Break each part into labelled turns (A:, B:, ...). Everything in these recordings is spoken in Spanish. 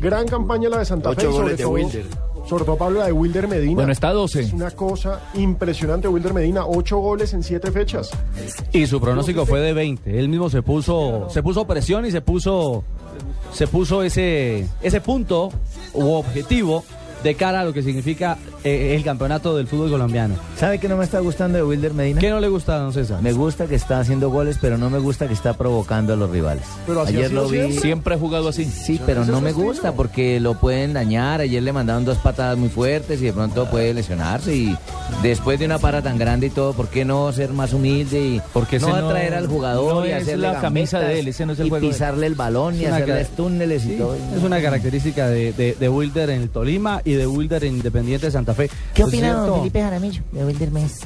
A: Gran campaña la de Santa
B: Ocho
A: Fe. y
B: goles
A: sobre
B: de
A: todo-
B: Wilder.
A: Sobre todo Pablo, la de Wilder Medina.
C: Bueno, está a 12.
A: Es una cosa impresionante. Wilder Medina, ocho goles en siete fechas.
D: Y su pronóstico fue de 20. Él mismo se puso, se puso presión y se puso, se puso ese, ese punto u objetivo de cara a lo que significa eh, el campeonato del fútbol colombiano.
E: ¿Sabe que no me está gustando de Wilder Medina?
D: ¿Qué no le gusta a don César?
E: Me gusta que está haciendo goles, pero no me gusta que está provocando a los rivales.
A: Pero así ha
E: Ayer
A: sido
E: lo vi.
A: siempre.
C: Siempre ha jugado así.
E: Sí, pero no me gusta porque lo pueden dañar. Ayer le mandaron dos patadas muy fuertes y de pronto puede lesionarse. Y después de una para tan grande y todo, ¿por qué no ser más humilde y
C: Porque ese
E: no
C: no-
E: atraer al jugador
C: no
E: y
C: es
E: hacerle
C: la camisa
E: gambetas
C: de él, ese no es el
E: y
C: juego de él.
E: pisarle el balón y
D: Es una
E: hacerles
D: ca-
E: túneles y
D: Sí,
E: todo. y
D: es
E: no.
D: una característica de, de- de Wilder en el Tolima y de Wilder en Independiente de Santa Fe.
F: ¿Qué
D: Por
F: opina don
D: cierto,
F: Felipe Jaramillo de Wilder Mes?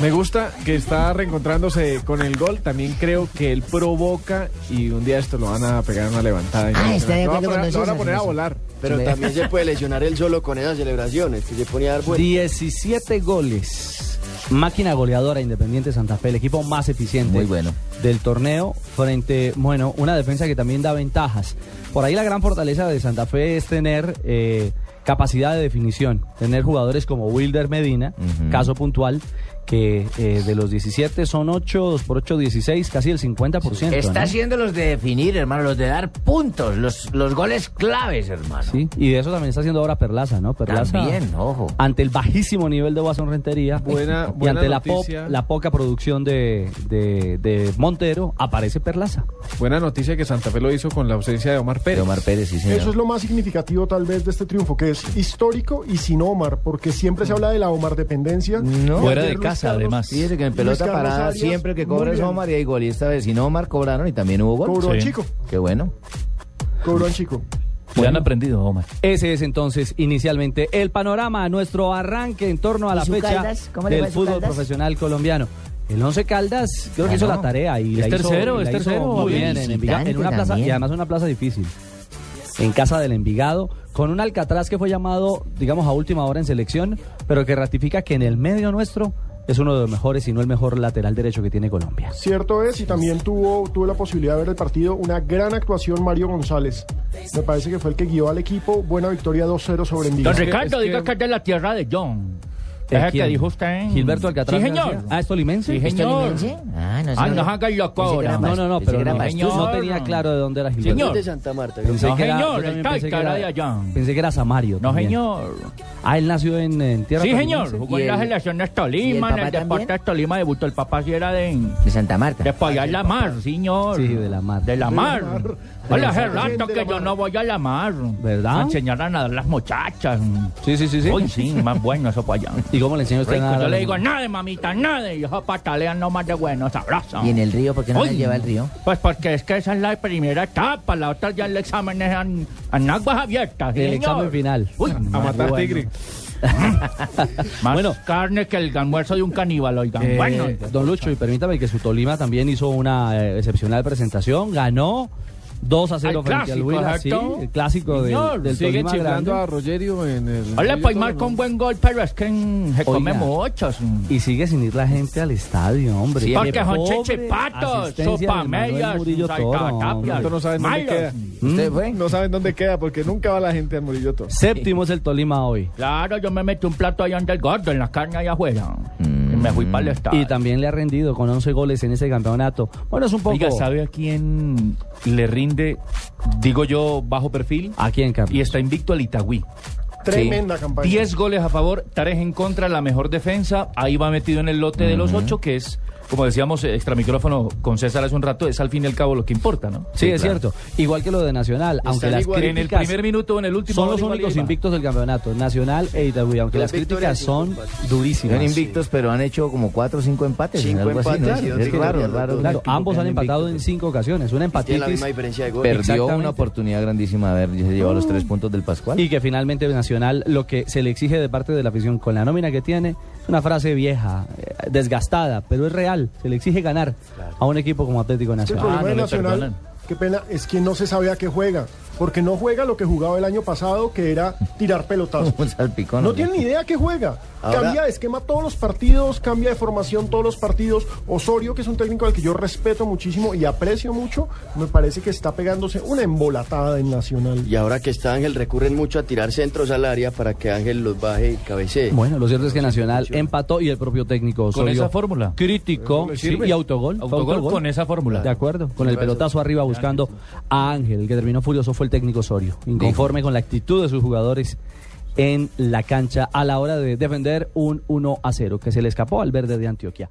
G: Me gusta que está reencontrándose con el gol. También creo que él provoca y un día esto lo van a pegar una levantada.
F: Ah, está de
G: Lo van
F: acuerdo con
G: a poner- lo van a
F: César,
G: poner a
F: sí.
G: volar.
B: Pero
E: Me-
B: también se puede lesionar él solo con esas celebraciones, que se pone a dar vueltas.
D: 17 goles. Máquina goleadora Independiente Santa Fe, el equipo más eficiente
E: Muy bueno.
D: del torneo frente, bueno, una defensa que también da ventajas. Por ahí la gran fortaleza de Santa Fe es tener eh, capacidad de definición, tener jugadores como Wilder Medina,
E: Ujú.
D: caso puntual, que eh, de los 17 son 8, 2 por 8, 16, casi el 50%.
F: Está
D: ¿no?
F: haciendo los de definir, hermano, los de dar puntos, los, los goles claves, hermano.
D: Sí, y de eso también está haciendo ahora Perlaza, ¿no? Perlaza.
F: También, ojo.
D: Ante el bajísimo nivel de Guasón Rentería
G: Buena-
D: y
G: buena
D: ante la, po-
G: noticia.
D: la poca producción de, de- de Montero, aparece Perlaza.
G: Buena noticia que Santa Fe lo hizo con la ausencia de Omar Pérez.
E: Omar Pérez, sí, señor.
A: Eso es lo más significativo tal vez de este triunfo, que es histórico y sin Omar, porque siempre se habla de la Omar dependencia.
E: No.
A: Y
C: Fuera
A: ayer
C: de
A: Luis
C: casa,
A: Carlos
C: además.
E: Fíjese que en
A: Luis
E: pelota
A: Carlos
E: parada
A: Arias,
E: siempre que
A: muy
E: cobra es
A: bien.
E: Omar y hay gol. Y esta vez sin Omar cobraron y también hubo gol.
A: Cobró a
C: Sí.
A: Chico,
E: Qué bueno.
A: cobró a Chico.
C: Ya han aprendido, Omar.
D: Ese es entonces inicialmente el panorama, nuestro arranque en torno a la
F: su
D: fecha
F: Caldas? ¿Cómo le
D: del
F: va a su
D: fútbol
F: Caldas?
D: profesional colombiano. El Once Caldas creo que hizo
E: Ganó.
D: la tarea y la
C: Es
D: hizo-
C: tercero,
D: y la
C: es
D: hizo
C: tercero.
D: muy bien en
F: Visitante
D: Envigado, en una plaza
F: también.
D: y además una plaza difícil. En casa del Envigado con un Alcatraz que fue llamado, digamos, a última hora en selección, pero que ratifica que en el medio nuestro es uno de los mejores y no el mejor lateral derecho que tiene Colombia.
A: Cierto es, y también tuvo, tuve la posibilidad de ver el partido, una gran actuación Mario González. Me parece que fue el que guió al equipo. Buena victoria 2-0 sobre Envigado.
C: Don
G: que-
C: Ricardo,
G: es que-
C: diga que es de la tierra de John.
D: ¿De
C: Ese que
D: quién?
C: dijo usted. ¿eh?
D: Gilberto Alcatraz.
C: Sí, señor.
D: García. Ah, es tolimense.
C: Sí, señor.
F: ¿Sí? Ah, no,
C: Ay,
F: sé.
C: no haga el loco
F: Pensé que
C: ahora.
F: era
D: No,
F: más-
D: no, no,
F: pensé
D: pero
F: que era
D: no,
F: más-
D: no
C: Señor,
D: tenía
C: no.
D: claro de dónde era Gilberto.
B: Es
C: Señor.
B: de Santa Marta.
D: Pensé
C: No,
D: que era-
C: señor,
D: yo también
C: el
D: pensé que
C: Cálcara
D: era-
C: de allá.
D: Pensé que era Samario.
C: No,
D: también.
C: señor.
D: Ah, él nació en, en tierra.
C: Sí,
D: colombiana.
C: señor. Jugó
F: ¿Y
C: en las
F: el-
C: elecciones
F: y el
C: Tolima, en
F: papá
C: el Deportes
F: también?
C: Tolima, debutó el papá si era de...
F: De Santa Marta.
C: De para allá en la mar, señor.
D: Sí, de la mar.
C: De la mar. Hola, hace rato
A: Gente de
C: que
A: la
C: yo
A: mar.
C: no voy a la mar.
D: ¿Verdad?
C: Me enseñaron a nadar las muchachas.
D: Sí, sí, sí, sí.
C: Uy, sí, más bueno eso para allá.
D: ¿Y cómo le enseñó usted
C: Rico,
D: nada?
C: yo le digo, nada, mamita, nada. Y eso patalean no más de bueno, sabroso.
F: ¿Y en el río? ¿Por qué no la
C: Uy,
F: lleva al río?
C: Pues porque es que esa es la primera etapa, la otra ya el examen es en, en aguas abiertas.
D: El
C: señor.
D: examen final.
C: Uy,
G: A
C: más
G: matar
C: bueno.
G: tigre.
C: Más
D: Bueno.
C: carne que el almuerzo de un caníbal, oigan.
D: Eh,
C: bueno,
D: don Lucho, y permítame que su Tolima también hizo una eh, excepcional presentación, ganó 2 a 0
C: Al
D: frente al
C: clásico,
D: Huila, sí,
C: ¿cierto?
D: el clásico del-
C: Señor,
D: del
G: Sigue
D: Tolima
G: chiflando a
D: grande.
G: Rogerio en el.
C: Hola,
G: medio
C: Paimar
G: todo, ¿no?
C: pues con buen gol, pero es que mm, se
D: Oiga.
C: come muchos. mm.
D: Y sigue sin ir la gente al estadio, hombre.
E: Sí,
C: Porque son
D: Pobre
C: chichipatos,
D: asistencia de
C: sopa
D: Manuel
C: medias,
D: Murillo Toro, hombre.
G: Esto no saben dónde queda.
A: Mm.
E: ¿Usted fue?
G: No saben dónde queda porque nunca va la gente al Murillo Toro.
D: Séptimo es el Tolima hoy.
C: Claro, yo me metí un plato allá en el gordo, en la carne allá afuera. Y me fui para el estadio.
D: Y también le ha rendido con 11 goles en ese campeonato. Bueno, es un poco...
C: Oiga,
D: ¿A
C: ¿sabe a quién le rinde, digo yo, bajo perfil?
D: quién, Carlos?
C: Y está invicto al Itagüí.
A: Tremenda campaña.
C: 10 goles a favor, 3 en contra, la mejor defensa. Ahí va metido en el lote de los 8, que es, como decíamos, eh, extra micrófono con César hace un rato, es al fin y al cabo lo que importa, ¿no?
D: Sí, es cierto. Igual que lo de Nacional, aunque las
B: igual.
D: críticas
C: En el primer minuto, en el último.
D: son
C: gol,
D: los
C: igual
D: únicos
C: iba.
D: invictos del campeonato, Nacional e Itagüí, aunque
B: Las
D: las
B: victorias
D: críticas son
B: injustas.
D: durísimas.
C: ah,
E: Son invictos, pero han hecho como cuatro o cinco empates.
B: Cinco
E: algo así, ¿no?
B: empates y dos
E: Es raro, es
B: victorias,
E: raro.
B: dos
D: Claro, ambos han empatado en
E: invictos.
D: cinco ocasiones, una
B: Y Tiene la
D: empatitis
B: misma diferencia de goles.
E: Perdió
D: Exactamente.
E: una oportunidad grandísima de haber se llevó los
A: Mm.
E: tres puntos del Pascual.
D: y que finalmente Nacional lo que se le exige de parte de la afición con la nómina que tiene es una frase vieja, eh, desgastada, pero es real, se le exige ganar a un equipo como Atlético
A: Es que el
D: Nacional.
A: problema
C: Ah, no
A: de
C: le
A: Nacional,
C: perdonan.
A: qué pena, es que no se sabe a qué juega. porque no juega lo que jugaba el año pasado, que era tirar pelotazos.
E: Un salpicón.
A: No
E: hombre.
A: tiene ni idea qué juega.
B: Ahora-
A: Cambia de esquema todos los partidos, cambia de formación todos los partidos. Osorio, que es un técnico al que yo respeto muchísimo y aprecio mucho, me parece que está pegándose una embolatada en Nacional.
B: Y ahora que está Ángel, recurren mucho a tirar centros al área para que Ángel los baje y cabecee.
D: Bueno, lo cierto es que Nacional empató y el propio técnico
C: Con
D: Osorio
C: esa fórmula.
D: Crítico
G: Eso le
D: sí,
G: sirve.
D: y autogol. fue
C: Autogol con esa fórmula.
D: De acuerdo, con el pelotazo arriba buscando a Ángel. El que terminó furioso fue el técnico Osorio. Inconforme con la actitud de sus jugadores en la cancha a la hora de defender un 1 a 0 que se le escapó al verde de Antioquia.